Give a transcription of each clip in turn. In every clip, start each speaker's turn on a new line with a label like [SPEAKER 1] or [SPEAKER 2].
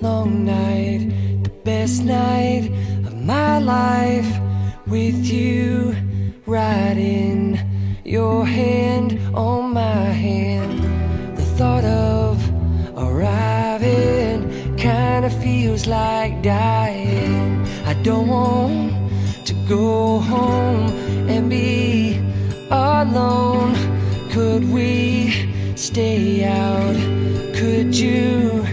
[SPEAKER 1] long night, the best night of my life with you right in your hand on my hand. The thought of arriving kinda feels like dying. I don't want to go home and be alone. Could we stay out? Could you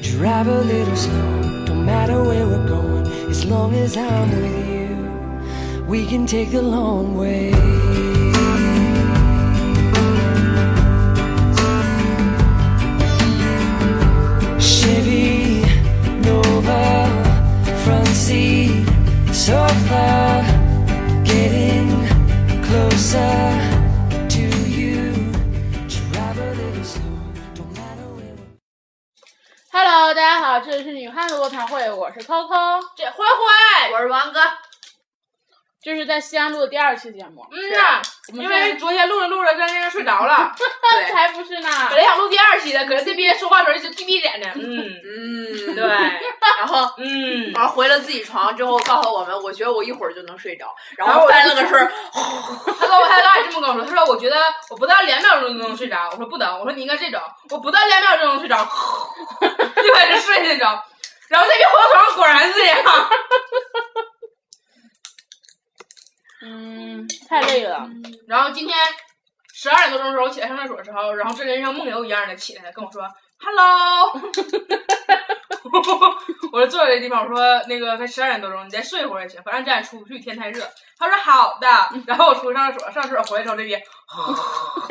[SPEAKER 1] drive a little slow? Don't matter where we're going, as long as I'm with you, we can take the long way. Chevy Nova, front seat, sofa, getting closer to you. Drive a little slow, don't matter where we're
[SPEAKER 2] Hello，大家好，这里是女汉子卧谈会，我是 Coco，
[SPEAKER 3] 这灰灰，我是王哥。
[SPEAKER 2] 这是在西安录的第二期节目。
[SPEAKER 3] 嗯呐，
[SPEAKER 2] 我们现
[SPEAKER 3] 因为
[SPEAKER 2] 在
[SPEAKER 3] 昨天录着录着在那个睡着 了，对，
[SPEAKER 2] 才嗯不是呢，
[SPEAKER 3] 本来想录第二期的，可是这边说话时候就滴逼脸呢。嗯嗯，对， 然后嗯，然后回了自己床之后告诉我们，我觉得我一会儿就能睡着，然后翻了个身儿，
[SPEAKER 4] 他跟我他刚才这么跟我说，他说我觉得我不到两秒钟就能睡着，我说不能，我说你应该这种，我不到两秒钟能睡着， 就开始睡那种，然后这边回到床上果然是这样，
[SPEAKER 2] 嗯，太累了。
[SPEAKER 4] 然后今天十二点多钟的时候我起来上厕所的时候，然后这人像梦游一样的起来了，跟我说 “hello”，我就坐在这地方，我说那个才十二点多钟，你再睡一会儿也行，反正咱也出不去，天太热。他说好的，然后我出去上厕所，上厕所回来之后这边，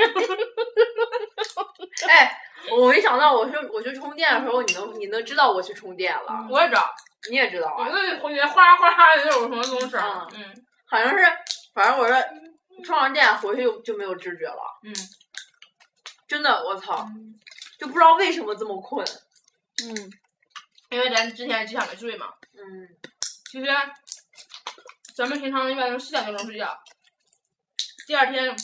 [SPEAKER 3] 哎。我没想到，我说我去充电的时候，你能你能知道我去充电了，
[SPEAKER 4] 我也找，
[SPEAKER 3] 你也知道
[SPEAKER 4] 我
[SPEAKER 3] 啊，
[SPEAKER 4] 就回觉得哗哗哗的有什么东西声儿，
[SPEAKER 3] 嗯
[SPEAKER 4] 嗯。
[SPEAKER 3] 好像是，反正我说充上电回去就就没有知觉了，
[SPEAKER 4] 嗯，
[SPEAKER 3] 真的，我操，就不知道为什么这么困，
[SPEAKER 2] 嗯，
[SPEAKER 4] 因为咱之前几场没睡嘛。
[SPEAKER 3] 嗯，
[SPEAKER 4] 其实，咱们平常一般都四点多钟睡觉，第二天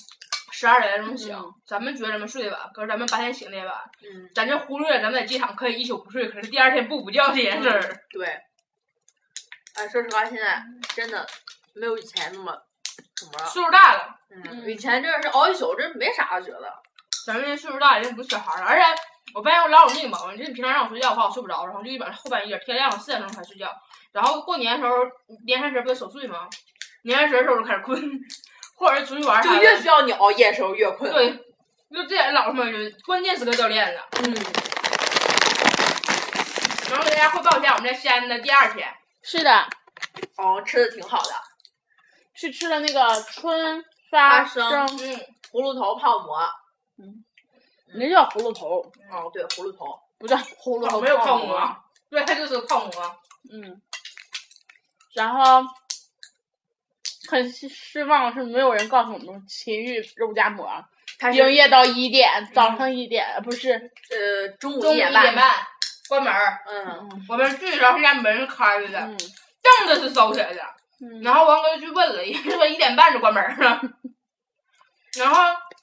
[SPEAKER 4] 十二点来钟醒。
[SPEAKER 2] 嗯
[SPEAKER 4] 咱们觉得咱们睡得晚，可是咱们白天醒的也晚，
[SPEAKER 3] 嗯，
[SPEAKER 4] 咱就忽略了咱们在机场可以一宿不睡，可是第二天不补觉这件事儿。
[SPEAKER 3] 对。哎，说实话，现在真的没有以前那么什么了。
[SPEAKER 4] 岁数大了，
[SPEAKER 3] 嗯，
[SPEAKER 2] 嗯
[SPEAKER 3] 以前真的是熬一宿，真没啥觉得。
[SPEAKER 4] 咱们这岁数大已经不是小孩儿了，而且。我发现我老有那个毛病，就是你平常让我睡觉的话，我睡不着，然后就一晚上后半夜天亮了四点钟才睡觉。然后过年的时候，年三十不是守岁吗？年三十的时候我就开始困，或者是出去玩儿
[SPEAKER 3] 就
[SPEAKER 4] 啥的
[SPEAKER 3] 越需要你熬夜的时候越困。，
[SPEAKER 4] 对，就这老他妈人，关键时刻掉链子。
[SPEAKER 3] 嗯，
[SPEAKER 4] 然后给大家汇报一下我们在西安的第二天，
[SPEAKER 2] 是的，
[SPEAKER 3] 哦，吃的挺好的，
[SPEAKER 2] 是吃的那个春
[SPEAKER 3] 花
[SPEAKER 2] 发
[SPEAKER 3] 生
[SPEAKER 2] 生，
[SPEAKER 4] 嗯，
[SPEAKER 3] 葫芦头泡馍。
[SPEAKER 2] 你那叫葫芦头，
[SPEAKER 4] 嗯
[SPEAKER 3] 哦，对，葫芦头。
[SPEAKER 2] 不叫葫
[SPEAKER 3] 哦
[SPEAKER 2] 芦头，
[SPEAKER 4] 没有泡
[SPEAKER 2] 馍。
[SPEAKER 4] 馍，对，它就是个泡馍，
[SPEAKER 2] 嗯，然后很失望的是，没有人告诉我们秦玉肉夹馍啊
[SPEAKER 3] 它是
[SPEAKER 2] 营业到一点，早上一点，呃不是，
[SPEAKER 3] 呃中午
[SPEAKER 4] 中午一
[SPEAKER 3] 一点
[SPEAKER 4] 点
[SPEAKER 3] 半。
[SPEAKER 4] 半关门儿。
[SPEAKER 3] 嗯，
[SPEAKER 4] 我们去的时候，他家门是开着的，
[SPEAKER 2] 嗯
[SPEAKER 4] 凳子是收起来的。
[SPEAKER 2] 嗯，
[SPEAKER 4] 然后王哥就去问了，人家说一点半就关门了。然后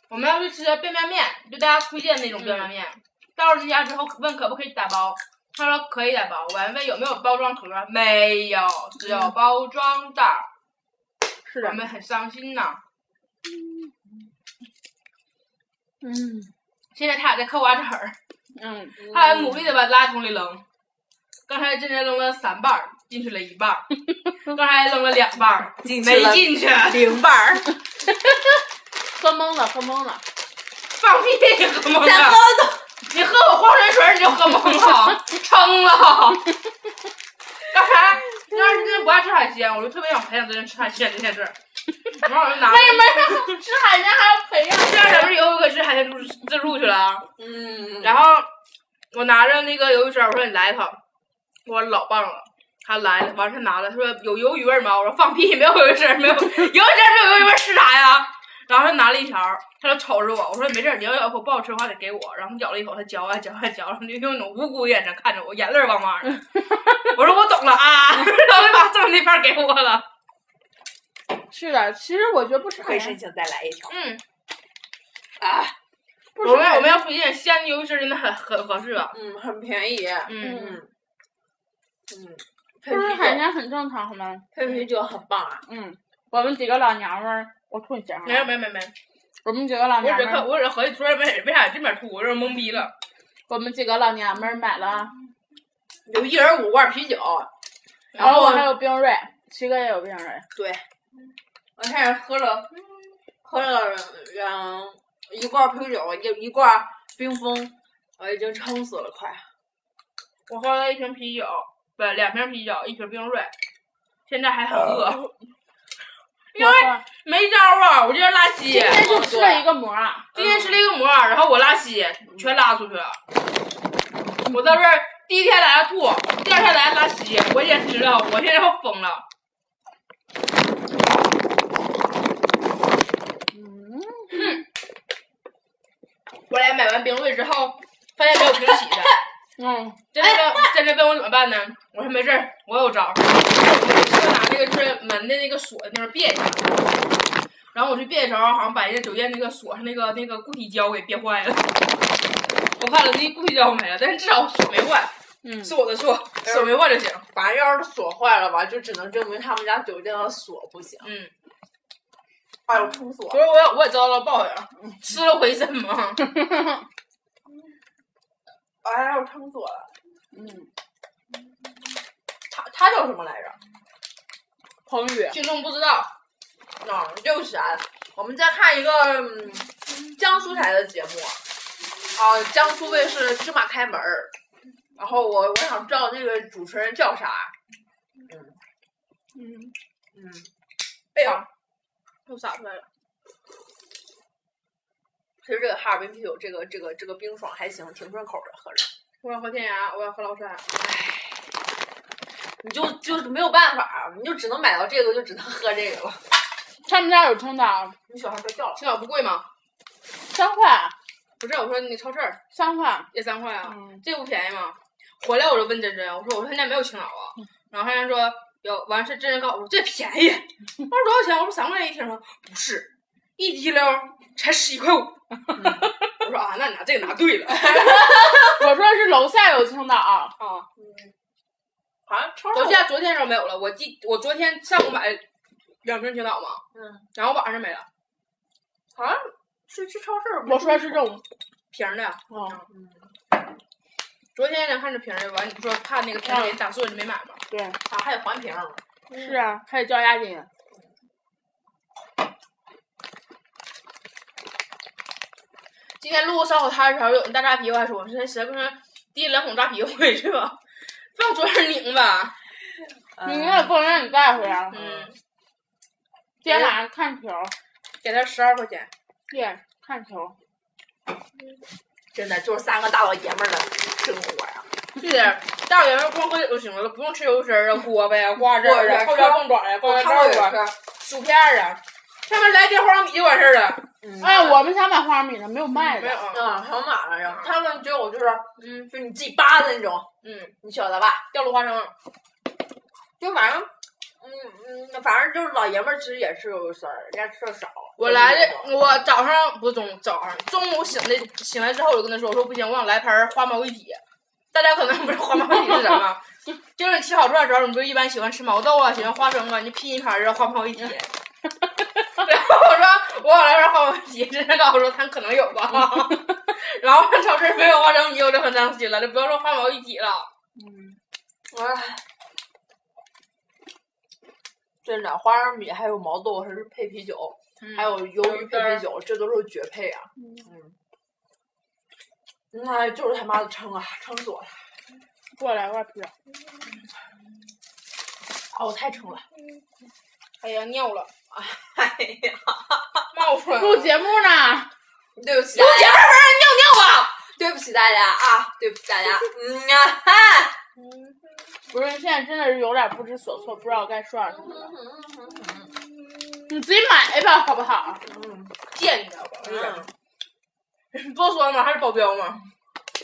[SPEAKER 4] 我们要去吃便便面，就大家推荐那种便便面。
[SPEAKER 2] 嗯
[SPEAKER 4] 到了这家之后，问可不可以打包，他说可以打包。我还问有没有包装盒，没有，只有包装袋儿。
[SPEAKER 2] 嗯是
[SPEAKER 4] 我
[SPEAKER 2] 的，
[SPEAKER 4] 们很伤心呐。
[SPEAKER 2] 嗯
[SPEAKER 4] 现在他俩在嗑瓜子儿，
[SPEAKER 2] 嗯，
[SPEAKER 4] 他俩努力的把垃圾桶里扔。刚才真真扔了三瓣儿，进去了一 半儿。刚才扔了两半儿，
[SPEAKER 3] 进去
[SPEAKER 4] 没
[SPEAKER 3] 了
[SPEAKER 4] 进去，
[SPEAKER 3] 零瓣 儿，
[SPEAKER 2] 喝懵了，喝 懵了，
[SPEAKER 4] 放屁，喝懵
[SPEAKER 3] 再
[SPEAKER 4] 了
[SPEAKER 3] 喝。的。
[SPEAKER 4] 你喝我矿泉水儿你就喝懵了，撑了。刚才要是真的不爱吃海鲜，我就特别想培养真人吃海鲜这件事儿。然后我就拿
[SPEAKER 2] 为什么吃海鲜还要培
[SPEAKER 4] 这样咱
[SPEAKER 2] 养？
[SPEAKER 4] 们以后可以吃海鲜自助自助去了啊。
[SPEAKER 3] 嗯，
[SPEAKER 4] 然
[SPEAKER 3] 后
[SPEAKER 4] 后我拿着那个鱿鱼丝儿，我说你来一口，我老棒了。他来了，完事拿了，他说有鱿鱼味儿吗？我说放屁，没有鱿鱼丝儿，没有鱿鱼丝儿，没有鱿鱼味儿吃啥呀？然后他拿了一条儿，他就瞅着我，我说没事儿，你要咬一口不好吃的话得给我。然后他咬了一口，他嚼啊嚼啊嚼，然后就用那种无辜的眼神看着我，眼泪儿汪汪 的。我说我懂了啊，然后就把剩的那半儿给我了。
[SPEAKER 2] 是的，其实我觉得不吃
[SPEAKER 3] 可
[SPEAKER 2] 海
[SPEAKER 3] 以
[SPEAKER 2] 鲜
[SPEAKER 3] 申，请再来一条
[SPEAKER 4] 嗯，
[SPEAKER 3] 啊。
[SPEAKER 2] 不
[SPEAKER 4] 我
[SPEAKER 2] 吃
[SPEAKER 4] 们
[SPEAKER 2] 海
[SPEAKER 4] 我们
[SPEAKER 2] 鲜，
[SPEAKER 4] 要推荐西安的鱿鱼丝儿真的很很合适啊。
[SPEAKER 3] 嗯，很便宜。啊
[SPEAKER 4] 嗯
[SPEAKER 2] 嗯
[SPEAKER 3] 嗯，配
[SPEAKER 2] 不是
[SPEAKER 3] 啤
[SPEAKER 2] 海
[SPEAKER 3] 酒，
[SPEAKER 2] 鲜很正常好吗？
[SPEAKER 3] 配啤酒很棒啊！
[SPEAKER 2] 嗯，我们几个老娘们儿，我吐你舌上
[SPEAKER 4] 没有没有没有没有，
[SPEAKER 2] 我们几个老
[SPEAKER 4] 我
[SPEAKER 2] 娘们
[SPEAKER 4] 只是看
[SPEAKER 2] 儿，
[SPEAKER 4] 我只是合计突然为为啥这边吐，我有点懵逼了。
[SPEAKER 2] 我们几个老娘们儿买了，
[SPEAKER 3] 有一人五罐啤酒，
[SPEAKER 2] 然
[SPEAKER 3] 然
[SPEAKER 2] 后
[SPEAKER 3] 后
[SPEAKER 2] 我还有冰锐，七哥也有冰锐，
[SPEAKER 3] 对，我开始喝了，喝了嗯一罐啤酒，一一罐冰峰，我已经撑死了，快。
[SPEAKER 4] 我喝了一瓶啤酒，不两瓶啤酒，一瓶冰锐，现在还很
[SPEAKER 2] 呃
[SPEAKER 4] 饿，因为
[SPEAKER 2] 我
[SPEAKER 4] 没招啊，我这人拉稀
[SPEAKER 2] 今。天就吃了一个馍，啊
[SPEAKER 4] 今天吃了一个馍，然后我拉稀，全拉出去了。我在这儿第一天来了吐，第二天来了拉稀，我简直了，我现在要疯了。
[SPEAKER 2] 嗯，
[SPEAKER 4] 我俩买完冰锐之后，发现没有平洗的，
[SPEAKER 2] 嗯，
[SPEAKER 4] 在这问，在这问我怎么办呢？我说没事儿，我有招儿。我就拿那个就是门的那个锁那儿别一下，然后我去别的时候，好像把人家酒店那个锁上那个那个固体胶给别坏了。我看了，那固体胶没了，但是至少锁没坏，
[SPEAKER 2] 嗯
[SPEAKER 4] 是我的错，锁没坏就行。
[SPEAKER 3] 反正要是锁坏了吧，就只能证明他们家酒店的锁不行。
[SPEAKER 4] 嗯，
[SPEAKER 3] 哎呦，冲锁
[SPEAKER 4] 不！是我也我也遭到报应，啊吃了回身 嘛。
[SPEAKER 3] 哎呦，撑死我了！
[SPEAKER 2] 嗯，
[SPEAKER 3] 他他叫什么来着？
[SPEAKER 2] 彭宇，
[SPEAKER 4] 听众不知道，
[SPEAKER 3] 啊，又是俺。我们在看一个、嗯、江苏台的节目，啊，江苏卫视《芝麻开门》儿。然后我我想知道那个主持人叫啥。嗯
[SPEAKER 2] 嗯，
[SPEAKER 3] 嗯，
[SPEAKER 4] 哎呀，又洒出来了。
[SPEAKER 3] 其实这个哈尔滨啤酒，这个这个这个冰爽还行，挺顺口的，喝着。
[SPEAKER 4] 我要喝天涯，我要喝崂山。
[SPEAKER 3] 你就就是没有办法，你就只能买到这个，就只能喝这个了。
[SPEAKER 2] 他们家有冲的，
[SPEAKER 3] 你小孩别叫了。
[SPEAKER 4] 青岛不贵吗？
[SPEAKER 2] 三块，
[SPEAKER 4] 不是，我说你超市儿
[SPEAKER 2] 三块，
[SPEAKER 4] 也三块啊，
[SPEAKER 2] 嗯，
[SPEAKER 4] 这不便宜吗？回来我就问珍珍，我说我说现在没有青岛啊，然后珍珍说有，完事珍珍告诉我这便宜，我说多少钱？我说三块钱一听，说不是，一滴溜儿才十一块五。 我说啊，那你拿这个拿对了
[SPEAKER 2] 我说是楼下有青岛，
[SPEAKER 3] 哦
[SPEAKER 4] 啊。
[SPEAKER 3] 嗯好像超
[SPEAKER 4] 楼下昨天时候没有了，我今我昨天上午买两瓶青岛嘛，
[SPEAKER 3] 嗯，
[SPEAKER 4] 然后晚上没了，
[SPEAKER 3] 好像是去超市。
[SPEAKER 2] 我说是这种，
[SPEAKER 4] 瓶儿的。
[SPEAKER 2] 嗯，
[SPEAKER 4] 昨天咱看着瓶儿的，完你不说怕那个瓶儿给打碎你没买吗？
[SPEAKER 2] 对，
[SPEAKER 3] 啊，还得还瓶儿呢。
[SPEAKER 2] 是啊，还得交押金，
[SPEAKER 4] 今天路过烧烤摊的时候，有人大扎啤，我还说我说谁不能递两桶扎啤回去吧？放桌上拧吧。
[SPEAKER 2] 你也
[SPEAKER 3] 嗯
[SPEAKER 2] 不能让你带回来了。
[SPEAKER 4] 嗯，
[SPEAKER 2] 今天晚上看球，
[SPEAKER 4] 给他十二块钱。
[SPEAKER 2] 对，看球，
[SPEAKER 3] 真的就是三个大老爷们儿的生活呀、
[SPEAKER 4] 对的，大老爷们光喝酒就行了，不用吃油丝儿啊、锅巴呀、瓜子儿啊、泡椒凤爪呀、爆
[SPEAKER 3] 我
[SPEAKER 4] 米
[SPEAKER 3] 看
[SPEAKER 4] 豆
[SPEAKER 3] 过
[SPEAKER 4] 啊、薯片儿啊，上面来点花生米就完事儿了。
[SPEAKER 3] 嗯
[SPEAKER 2] 哎，我们想买花生米的，没有卖
[SPEAKER 4] 没有
[SPEAKER 2] 的，
[SPEAKER 4] 啊，
[SPEAKER 3] 嗯，很满了，然后他们只有就是，
[SPEAKER 4] 嗯
[SPEAKER 3] 就你自己扒的那种，
[SPEAKER 4] 嗯，
[SPEAKER 3] 你晓得吧？
[SPEAKER 4] 掉落花生。
[SPEAKER 3] 就反正，嗯嗯，反正就是老爷们儿其实也吃有丝儿，人家吃的少。
[SPEAKER 4] 我来的，我早上不是中午早上，中午醒的醒来之后，我就跟他说，我说不行，我想来盘花毛一体。大家可能不知道花毛一体是什么，就是你吃烤串的时候，你不是一般喜欢吃毛豆啊，喜欢花生啊，你就拼一盘儿花毛一体。 然后我说我想来盘花毛一体，这人告诉我说他可能有吧。然后超市没有花生米，我就很伤心了，就不要说花毛一体了。
[SPEAKER 2] 嗯，
[SPEAKER 3] 哎，真的花生米还有毛豆，还是配啤酒，
[SPEAKER 4] 嗯
[SPEAKER 3] 还嗯有鱿鱼配啤酒，这都是绝配啊！
[SPEAKER 2] 嗯
[SPEAKER 3] 嗯，那就是他妈的撑啊，撑死我了！
[SPEAKER 2] 给我来块啤酒，
[SPEAKER 3] 啊，我太撑了。
[SPEAKER 4] 哎呀尿了，
[SPEAKER 3] 哎呀，
[SPEAKER 4] 冒出来了。
[SPEAKER 2] 录节目呢，
[SPEAKER 3] 对不起，
[SPEAKER 4] 录节目时候尿尿吧。
[SPEAKER 3] 对不起大家啊，对不起大家。 嗯啊哈。
[SPEAKER 2] 不是，现在真的是有点不知所措，不知道该说点什么了。你自己买吧，好不好？
[SPEAKER 3] 嗯
[SPEAKER 4] 贱，你知道吧？
[SPEAKER 3] 嗯，
[SPEAKER 4] 不说了吗？还是保镖吗？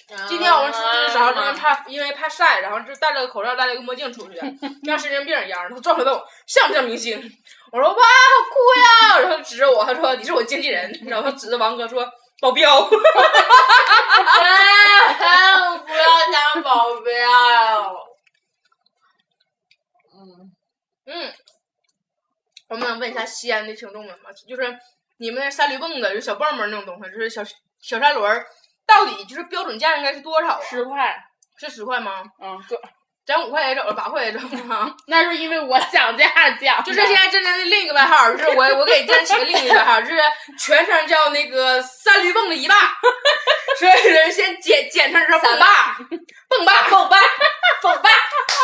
[SPEAKER 3] 嗯
[SPEAKER 4] 今天我们出去的时候，就是怕因为怕晒，然后就戴了个口罩，戴了个墨镜出去，像神经病一样。他转过头，像不像明星？我说哇，好酷呀！然后指着我，他说你是我经纪人，然后指着王哥说保镖。
[SPEAKER 3] 嗯啊哎，不要讲保镖。
[SPEAKER 4] 嗯，我们想问一下西安的听众们嘛，就是你们那三驴蹦子，就是小蹦蹦那种东西，就是小小三轮儿，到底就是标准价应该是多少啊？
[SPEAKER 2] 十块，
[SPEAKER 4] 是十块吗？
[SPEAKER 2] 嗯，哥，
[SPEAKER 4] 咱五块也走了，八块也走了。
[SPEAKER 2] 那是因为我讲价讲的，
[SPEAKER 4] 就是现在真真的另一个外号，就是我我给真真起个另一个外号，就是全称叫那个三驴蹦子一霸，所以人先简简称是蹦霸，蹦霸蹦霸蹦霸，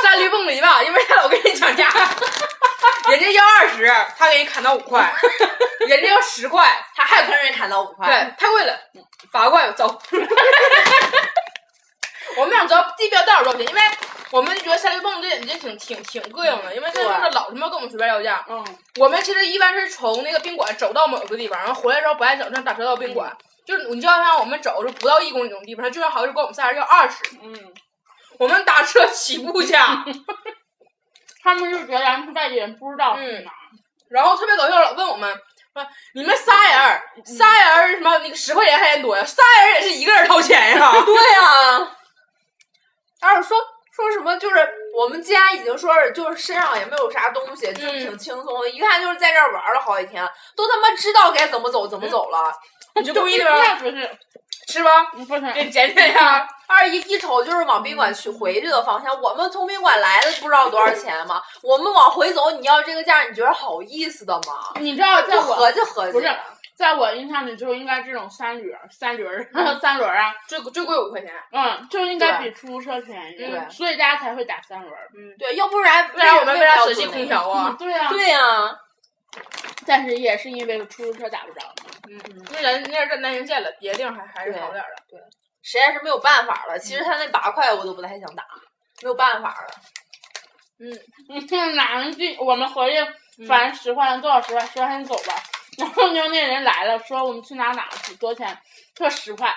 [SPEAKER 4] 三驴蹦子一霸，因为他老跟你讲价，人家要二十，他给你砍到五块，人家要十块，
[SPEAKER 3] 他还跟人砍到五块，
[SPEAKER 4] 对，太贵了，八块走。 我们想知道地标到底多少钱，因为我们觉得三驴蹦这人家挺挺挺膈应的，因为三驴蹦老他妈跟我们随便要价。
[SPEAKER 2] 嗯，
[SPEAKER 4] 我们其实一般是从那个宾馆走到某个地方，然后回来之后不按整正打车到宾馆。就是你知道，像我们走就不到一公里那种地方，他居然好像管我们仨人要二十，
[SPEAKER 2] 嗯，
[SPEAKER 4] 我们打车起步 价。
[SPEAKER 2] 他们就觉得咱们是外地人，不知道是
[SPEAKER 4] 嗯
[SPEAKER 2] 哪儿。
[SPEAKER 4] 然后特别搞笑，老问我们说：“你们仨人儿，仨人儿什么那个十块钱还嫌多呀？仨人儿也是一个人掏钱呀？”
[SPEAKER 3] 对呀、
[SPEAKER 4] 啊
[SPEAKER 3] 然后说说什么就是我们既然已经说是就是身上也没有啥东西，
[SPEAKER 4] 嗯
[SPEAKER 3] 就挺轻松的，一看就是在这儿玩了好几天，都他妈知道该怎么走
[SPEAKER 4] 嗯
[SPEAKER 3] 怎么走了。
[SPEAKER 4] 你就故意的
[SPEAKER 2] 那
[SPEAKER 4] 呗，
[SPEAKER 2] 不是，
[SPEAKER 4] 是吧？
[SPEAKER 2] 不是，
[SPEAKER 4] 给你捡捡呀。
[SPEAKER 3] 二姨一瞅就是往宾馆去
[SPEAKER 4] 嗯
[SPEAKER 3] 回去的方向，我们从宾馆来的不知道多少钱吗？我们往回走，你要这个价，你觉得好意思的吗？
[SPEAKER 2] 你知道，在
[SPEAKER 3] 不
[SPEAKER 2] 我
[SPEAKER 3] 合计合计，
[SPEAKER 2] 不是在我印象里就应该这种三轮儿、三轮
[SPEAKER 3] 嗯
[SPEAKER 2] 儿、三轮儿啊，
[SPEAKER 4] 最最贵五块钱，
[SPEAKER 2] 嗯，就应该比出租车便宜，
[SPEAKER 3] 对
[SPEAKER 2] 所以大家才会打三轮儿。
[SPEAKER 3] 对，要不然
[SPEAKER 4] 为啥我嗯们为啥舍弃
[SPEAKER 3] 弃
[SPEAKER 4] 空？调啊？
[SPEAKER 2] 对啊，
[SPEAKER 3] 对呀、
[SPEAKER 2] 但是也是因为出租车打不着嘛。
[SPEAKER 4] 嗯，那咱那是在南京县了，别的地方还还是好点儿的。
[SPEAKER 3] 实在是没有办法了。其实他那八块我都不太想打，没有办法了。
[SPEAKER 2] 嗯，哪能进？我们合
[SPEAKER 3] 嗯
[SPEAKER 2] 计，反正十块钱多少十块，十块钱走吧。 然后就那人来了，说我们去哪哪去，多少钱？说十块。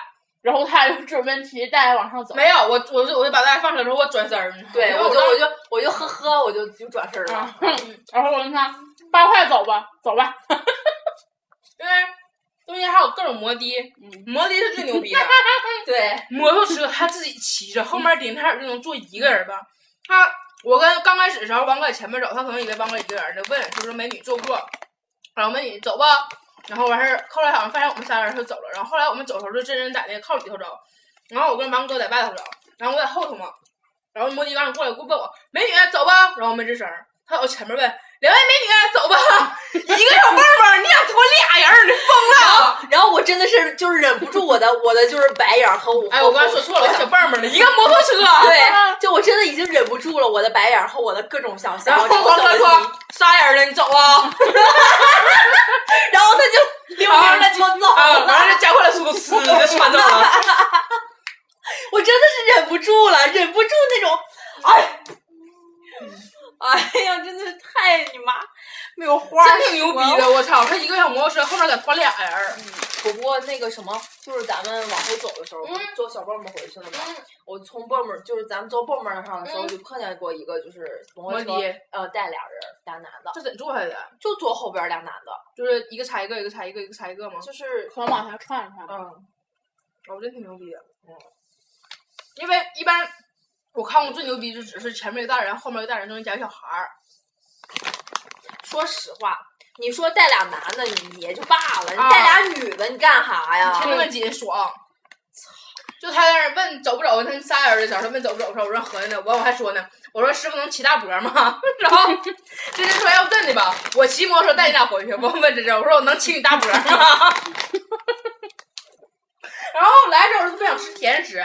[SPEAKER 2] 然后他就准备提着大家往上走。
[SPEAKER 4] 没有，我我就我就把大家放车之后，我转身儿。
[SPEAKER 3] 对，
[SPEAKER 4] 因为
[SPEAKER 3] 我
[SPEAKER 4] 我
[SPEAKER 3] 就
[SPEAKER 4] 当
[SPEAKER 3] 我
[SPEAKER 4] 时
[SPEAKER 3] 就我就呵呵，我就就转身了。
[SPEAKER 2] 啊， 然后我问他八块走吧，走吧。
[SPEAKER 4] 因为啊中间还有各种摩的，
[SPEAKER 2] 嗯，
[SPEAKER 4] 摩的是最牛逼的，
[SPEAKER 3] 对，
[SPEAKER 4] 摩托车他自己骑着，后面顶他有这种坐一个人吧。他我跟刚开始的时候，王哥在前面走，他可能以为王哥一个人，就问就说美女坐不坐，然后美女走吧，然后完事儿，后来好像发现我们仨人就走了，然后后来我们走的时候就真人在那个靠里头走，然后我跟王哥在外头走，然后我在后头嘛，然后摩的刚过来过来问我美女走吧，然后我没吱声儿，他往前面问两位美女啊走吧， 一个小蹦蹦，你想拖俩人儿，你
[SPEAKER 3] 然
[SPEAKER 4] 疯了？
[SPEAKER 3] 后然后我真的是就是忍不住我的我的就是白眼儿和我
[SPEAKER 4] 哎，我刚才说错了，我小
[SPEAKER 3] 想
[SPEAKER 4] 蹦蹦了，一个摩托车。啊
[SPEAKER 3] 对，就我真的已经忍不住了，我的白眼儿和我的各种想象。
[SPEAKER 4] 然后王哥说：“仨人了，你走 啊
[SPEAKER 3] 然后他就溜溜的就 走！”
[SPEAKER 4] 啊，
[SPEAKER 3] 了，
[SPEAKER 4] 然后就加快了速度，呲就窜走了。
[SPEAKER 3] 我真的是忍不住了，忍不住那种，哎。哎呀，真的是太你妈没有花儿
[SPEAKER 4] 真挺牛逼
[SPEAKER 3] 说
[SPEAKER 4] 的，我操！他一个小摩托车后面敢拖俩人儿，
[SPEAKER 3] 不过那个什么，就是咱们往回走的时候，坐小蹦蹦回去了嘛。我从蹦蹦，就是咱们坐蹦蹦上的时候，就碰见过一个，就是摩托车
[SPEAKER 4] 摩的，
[SPEAKER 3] 呃，带俩人，俩男的，
[SPEAKER 4] 这怎坐下的？
[SPEAKER 3] 就坐后边俩男的，
[SPEAKER 4] 就是一个插一个，一个插一个，一个插一个吗？
[SPEAKER 3] 就是，
[SPEAKER 2] 可能往下串串。
[SPEAKER 3] 嗯，
[SPEAKER 4] 我真挺牛逼的。嗯因为一般我看过最牛逼就只是前面一个大人，后面一个大人，中间夹一小孩儿。
[SPEAKER 3] 说实话，你说带俩男的，你也就罢了，你
[SPEAKER 4] 啊
[SPEAKER 3] 带俩女的，你干啥呀？
[SPEAKER 4] 听那么紧爽。啊就他在那儿问走不走，他们仨人的时候，他问走不走的时候，我说合计呢，我我还说呢，我说师傅能骑大脖吗？ 然后这人说要不真的吧，我骑摩托车带你俩回去。我问这人，我说我能骑你大脖吗？ 然后来这我就特别想吃甜食，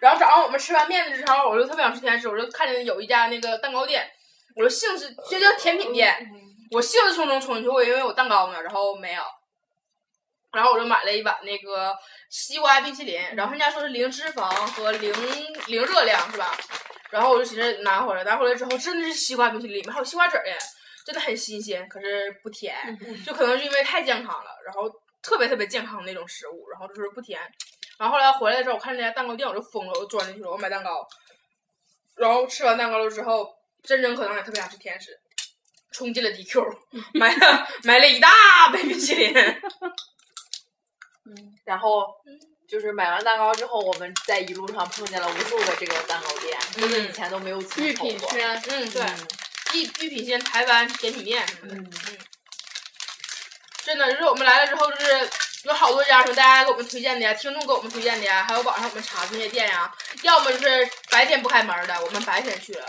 [SPEAKER 4] 然后早上我们吃完面的时候，我就特别想吃甜食，我就看见有一家那个蛋糕店，我就兴致这叫甜品店，我兴致冲冲冲进去，我以为有蛋糕呢，然后没有。然后我就买了一碗那个西瓜冰淇淋，然后人家说是零脂肪和零零热量是吧？然后我就寻思拿回来，拿回来之后真的是西瓜冰淇淋，里面还有西瓜籽儿耶，真的很新鲜，可是不甜，就可能是因为太健康了，然后特别特别健康的那种食物，然后就是不甜。然后后来回来之后，我看那家蛋糕店，我就疯了，我就钻进去了，我买蛋糕。然后吃完蛋糕了之后，真真可能也特别想吃甜食，冲进了 DQ，买了买了一大杯冰淇淋。
[SPEAKER 3] 然后就是买完蛋糕之后，我们在一路上碰见了无数个这个蛋糕店，就是以前都没有
[SPEAKER 2] 玉
[SPEAKER 3] 进口
[SPEAKER 2] 品
[SPEAKER 3] 过。
[SPEAKER 2] 轩，
[SPEAKER 4] 嗯，对，
[SPEAKER 3] 嗯
[SPEAKER 4] 地地品鲜台湾甜品店什么的。
[SPEAKER 3] 嗯
[SPEAKER 4] 真的，就是我们来了之后，就是有好多家说大家给我们推荐的呀，听众给我们推荐的呀，还有网上我们查的那些店呀，要么就是白天不开门的，我们白天去了；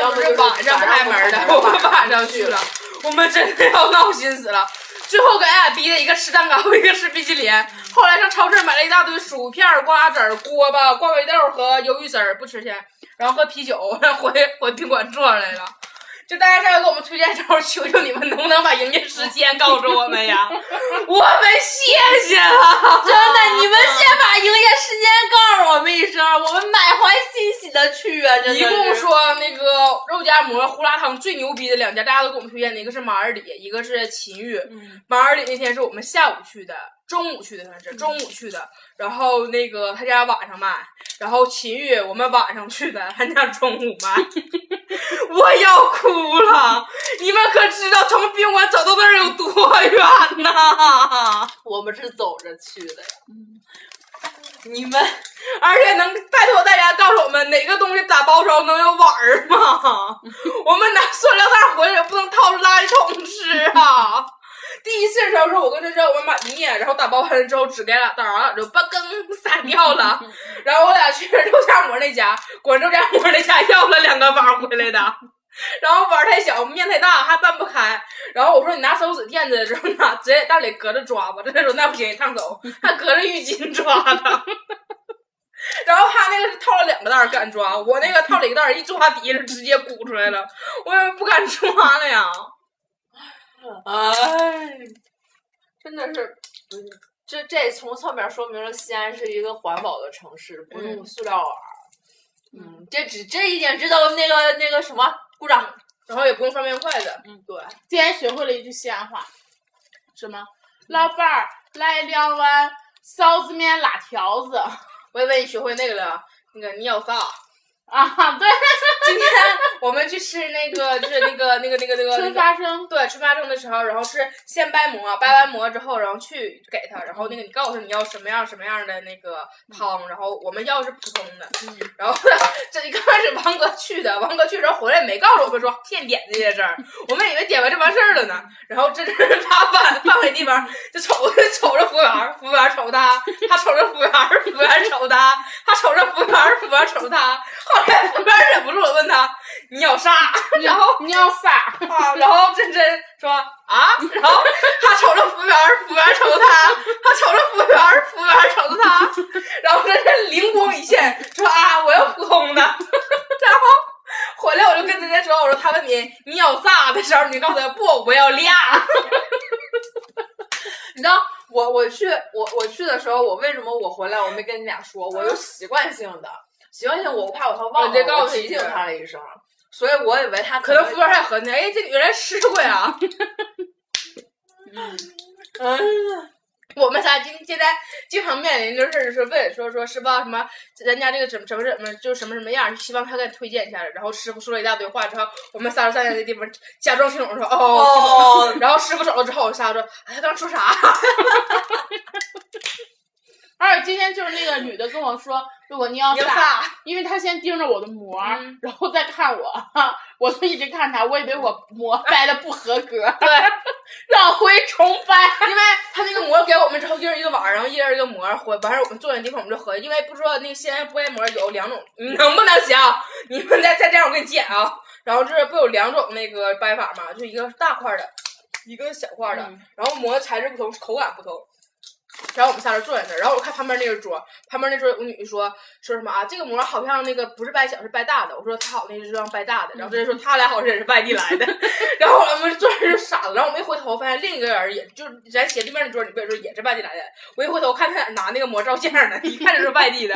[SPEAKER 3] 要
[SPEAKER 4] 么
[SPEAKER 3] 么就是是
[SPEAKER 4] 晚上不开门的
[SPEAKER 3] 晚，上
[SPEAKER 4] 我
[SPEAKER 3] 不开门
[SPEAKER 4] 们晚上去了。我们真的要闹心死了。最后给俺俩逼的一个吃蛋糕，一个吃冰淇淋。后来上超市买了一大堆薯片、瓜子儿、锅巴、瓜尾豆儿和鱿鱼丝儿，不吃去，然后喝啤酒，然后回回宾馆坐上来了。就大家再给我们推荐之后，求求你们能不能把营业时间告诉我们呀？ 我们谢啊谢了，
[SPEAKER 5] 真的，哎你们先把营业时间告诉我们一声，我们满怀欣喜的去啊！真的
[SPEAKER 4] 一
[SPEAKER 5] 是，
[SPEAKER 4] 共说那个肉夹馍、胡辣汤最牛逼的两家，大家都给我们推荐的，一个是马尔里，一个是秦玉。马尔里那天是我们下午去的，中午去的算是中午去的，然后那个他家晚上卖，然后秦玉我们晚上去的，他家中午卖， 我要哭了！你们可知道从宾馆走到那儿有多远呐？
[SPEAKER 5] 我们是走着去的呀。你们
[SPEAKER 4] 而且能拜托大家告诉我们哪个东西打包时候能有碗儿吗？ 我们拿塑料袋回来也不能掏出垃圾桶吃啊！第一次的时候是我跟他说我们买米面，然后打包完了之后只给俩袋儿，俺俩就吧更撒掉了。然后我俩去肉夹馍那家，管肉夹馍那家要了两个碗儿回来的。然后碗儿太小，面太大，还拌不开。然后我说你拿手指垫子的时候，拿直接大嘴隔着抓吧。他说那不行，你烫手，还隔着浴巾抓的。然后他那个是套了两个袋儿敢抓，我那个套了一个袋儿，一抓底下直接鼓出来了，我也不敢抓了呀。
[SPEAKER 5] 哎，真的是，嗯这这从侧面说明了西安是一个环保的城市，不用塑料碗儿。嗯，这只这一点值得我们那个那个什么鼓掌。
[SPEAKER 4] 然后也不用方便筷子，
[SPEAKER 5] 嗯，对，
[SPEAKER 2] 今天学会了一句西安话，什么？老伴儿来两碗臊子面辣条子
[SPEAKER 4] 我以为你学会那个了，那个你有啥？
[SPEAKER 2] 啊！对，
[SPEAKER 4] 今天 我们去吃那个，就是那个那个那个那个那
[SPEAKER 2] 春
[SPEAKER 4] 个
[SPEAKER 2] 发生
[SPEAKER 4] 对，吃发正的时候，然后是先掰馍，掰完馍之后，然后去给他，然后那个你告诉他你要什么样什么样的那个汤，然后我们要是普通的，然后呢，这一刚开始王哥去的，王哥去之后回来没告诉我们说现点这些事儿，我们以为点完就完事儿了呢，然后这是他饭饭给地方就瞅瞅着服务员儿，服务员儿瞅他，他瞅着服务员儿，服务员儿瞅他，他瞅着服务员儿，服务员儿瞅他，后来服务员儿忍不住了问他你要啥， 然后。
[SPEAKER 2] 尿撒，
[SPEAKER 4] 啊，然后真真说啊，然后他瞅着服务员儿，服务员儿瞅着他，他瞅着服务员儿，服务员儿瞅着他，然后真真灵光一现，说啊，我要普通的， 然后。回来我就跟真真说，我说他问你你要啥的时候，你告诉他不，我要俩。
[SPEAKER 3] 你知道我我去我我去的时候，我为什么我回来我没跟你俩说？我有习惯性的习惯性，我怕我他忘
[SPEAKER 4] 我
[SPEAKER 3] 了，
[SPEAKER 4] 哦得告诉
[SPEAKER 3] 我
[SPEAKER 4] 他一
[SPEAKER 3] 提醒
[SPEAKER 4] 声
[SPEAKER 3] 他了一声，所以我以为他
[SPEAKER 4] 可能服务员儿还合计，哎，这啊女人吃过呀。嗯， 我们仨今现在经常面临就是说问说说师傅啊什么咱家这个怎么怎么怎么就什么什么样，希望他给你推荐一下。然后师傅说了一大堆话之后，我们仨人站在那地方假装听懂说哦。
[SPEAKER 5] 哦，
[SPEAKER 4] 然后师傅走了之后，我仨说哎，他刚说啥？
[SPEAKER 2] 而且今天就是那个女的跟我说，如果你要
[SPEAKER 4] 你要
[SPEAKER 2] 撒，
[SPEAKER 4] 啥？
[SPEAKER 2] 因为她先盯着我的膜，
[SPEAKER 4] 嗯
[SPEAKER 2] 然后再看我， 我就一直看她，我以为我膜掰的不合格，
[SPEAKER 4] 对，
[SPEAKER 2] 让我回去重掰。
[SPEAKER 4] 因为他那个膜给我们之后，一人一个碗儿，然后一人一个膜儿，回完事儿我们坐那地方我们就合计，因为不知道那个西安不开膜有两种，你能不能行？你们再再这样我给你剪啊！然后这不有两种那个掰法嘛，就一个大块儿的，一个小块儿的，然后膜材质不同，口感不同。然后我们仨人坐在那儿，然后我看旁边那个桌，旁边那桌有个女的说说什么啊，这个膜好像那个不是掰小是掰大的，我说他好像那是让掰大的，然后这人说他俩好像也是外地来的，然后我们坐在这就傻了，然后我们一回头发现另一个人也就是咱斜对面那桌，你不也说也是外地来的，我一回头看他俩拿那个膜照相呢，一看就是外地的。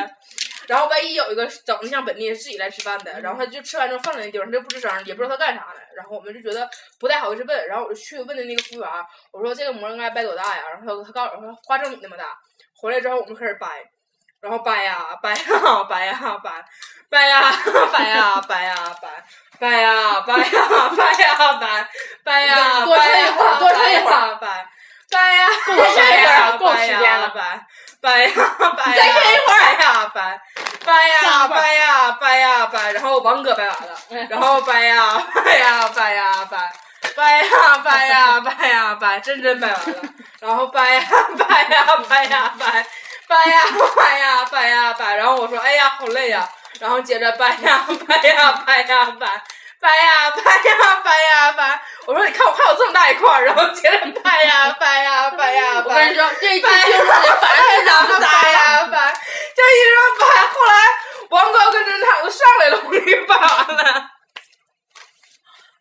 [SPEAKER 4] 然后万一有一个长得像本地人自己来吃饭的，然后他就吃完之后放在那地方，他就不吱声，也不知道他干啥呢。然后我们就觉得不太好意思问，然后我就去问的那个服务员，我说这个膜应该掰多大呀？然后他告诉我说花生米那么大。回来之后我们开始掰，然后掰呀掰呀掰呀掰，掰呀掰呀掰呀掰。掰呀掰呀掰呀掰，掰呀
[SPEAKER 2] 多撑一会儿多撑一会
[SPEAKER 4] 儿，掰掰呀，
[SPEAKER 2] 够时间了够
[SPEAKER 4] 掰
[SPEAKER 2] 时间
[SPEAKER 4] 呀
[SPEAKER 2] 了
[SPEAKER 4] 掰掰呀掰呀，再看一会儿呀掰，掰呀掰呀掰呀掰，然后王哥掰完了，
[SPEAKER 2] 嗯
[SPEAKER 4] 然后掰呀掰呀掰呀掰，掰呀掰呀掰呀掰，真真掰完了，然后掰呀掰呀掰呀掰，掰呀掰呀掰呀掰，然后我说哎呀好累呀，然后接着掰呀掰呀掰呀掰。掰呀掰呀掰呀掰！我说你看我看我这么大一块儿，然后接着掰呀掰呀掰呀
[SPEAKER 2] 我跟
[SPEAKER 4] 掰
[SPEAKER 2] 你，说，这一
[SPEAKER 4] 掰
[SPEAKER 2] 期就是
[SPEAKER 4] 掰呀 掰呀掰，就一直掰。后来王高跟侦探都上来了，我给你掰完了。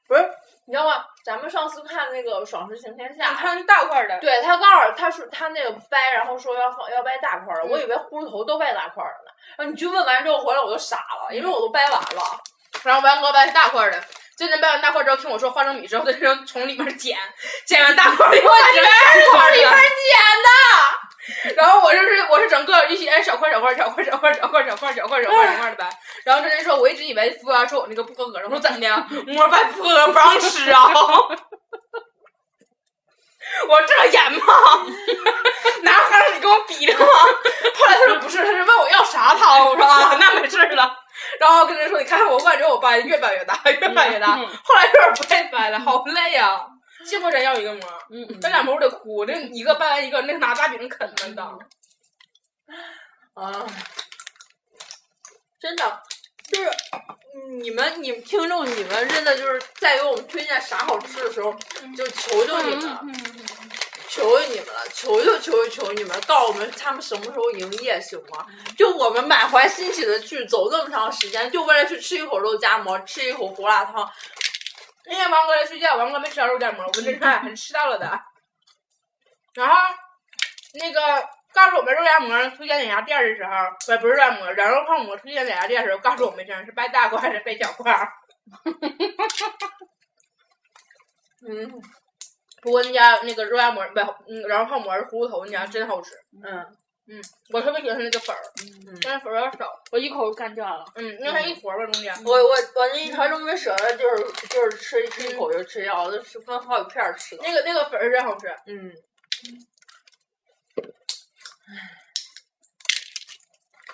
[SPEAKER 5] 不是，你知道吗？咱们上次看那个《爽是行天
[SPEAKER 2] 嗯
[SPEAKER 5] 下》，
[SPEAKER 4] 看大块的，
[SPEAKER 5] 对他告诉他说他那个掰，然后说要放要掰大块儿的，
[SPEAKER 4] 嗯
[SPEAKER 5] 我以为葫芦头都掰大块儿的呢。然后你去问完之后回来我都傻了，因为我都掰完了。
[SPEAKER 4] 然后王哥掰是大块的，真的掰完大块之后，听我说花生米之后，他就从里面捡，捡完大块儿以后，里面哎从里面捡的。然后我就是我是整个一起按哎小块小块小块小块小块小块小块小块小块的掰。然后真的说，我一直以为服务员说我那个不合格，我说怎么的？摸掰不合格不让吃啊？ 我这严吗？ 拿花生米跟我比着吗？后来他说不是，他是问我要啥汤，我说啊，那没事儿了。然后跟人说，你看我感觉我掰越掰越大，越掰越大。
[SPEAKER 2] 嗯嗯
[SPEAKER 4] 后来有点不太掰了，好累呀、幸亏咱要一个馍，
[SPEAKER 2] 嗯
[SPEAKER 4] 咱俩馍我得哭，那一个掰完一个，那拿大饼啃呢都。
[SPEAKER 5] 啊，
[SPEAKER 2] 嗯
[SPEAKER 5] 真的就是你们，你们听众，你们真的就是在给我们推荐啥好吃的时候，就求求你们了，求求你们了，求求求求求你们，告诉我们他们什么时候营业行吗？就我们满怀欣喜的去走那么长时间，就为了去吃一口肉夹馍，吃一口胡辣汤，
[SPEAKER 4] 那天王哥来睡觉，王哥没吃到肉夹馍，我们真是还是吃到了的。然后那个告诉我们肉夹馍推荐哪家店儿的时候，
[SPEAKER 5] 呃
[SPEAKER 4] 不不是肉夹馍，羊肉泡馍推荐哪家店儿的时候，告诉我们一声是掰大块还是掰小块儿。
[SPEAKER 5] 嗯
[SPEAKER 4] 不过那家那个肉夹馍不，嗯，羊肉泡馍是葫芦头那家真好吃，
[SPEAKER 5] 嗯，
[SPEAKER 4] 我特别喜欢它那个粉儿，
[SPEAKER 5] 嗯
[SPEAKER 4] 但是粉儿有点少，
[SPEAKER 2] 我一口干掉了。
[SPEAKER 4] 嗯，因为它一坨儿吧中间。
[SPEAKER 3] 嗯
[SPEAKER 5] 我我我那一条都没舍得，就是就是吃一口就吃掉，都是分好几片儿吃的。
[SPEAKER 4] 那个那个粉儿真好吃，
[SPEAKER 5] 嗯，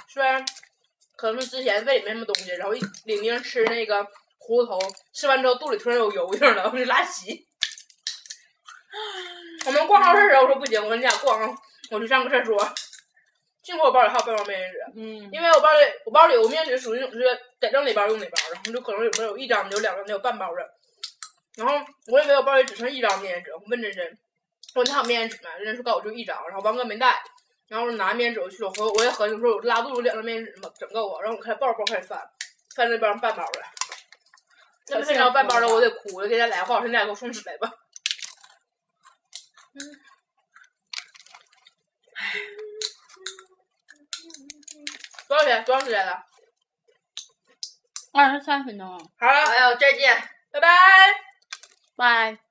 [SPEAKER 4] 虽然可能是之前胃里没什么东西，然后一领丁吃那个葫芦头，吃完之后肚里突然有油印儿了，我就拉稀。我们逛超市的时候，我说不行，我跟你俩逛啊，我去上个厕所。幸亏我包里还有半包面巾纸，
[SPEAKER 2] 嗯，
[SPEAKER 4] 因为我包里我包里我面纸属于那种是得扔哪包用哪包，然后就可能有时候有一张有两张有半包的，然后我以为我包里只剩一张面纸，我问真真，我说你还有面纸吗？真真说告我就一张，然后王哥没带，然后我就拿面纸我去了，我我也合计我说我拉肚子有两张面纸嘛，整够我，然后我开始抱着包开始翻，翻那包半包了。那没翻着半包了，我得哭，我得给他来个话，我说你俩给我送纸来吧。嗯多少钱？多长时间了？
[SPEAKER 2] 二十三分钟了，
[SPEAKER 4] 好了，
[SPEAKER 5] 哎呦，再见。
[SPEAKER 4] 拜拜。
[SPEAKER 2] 拜。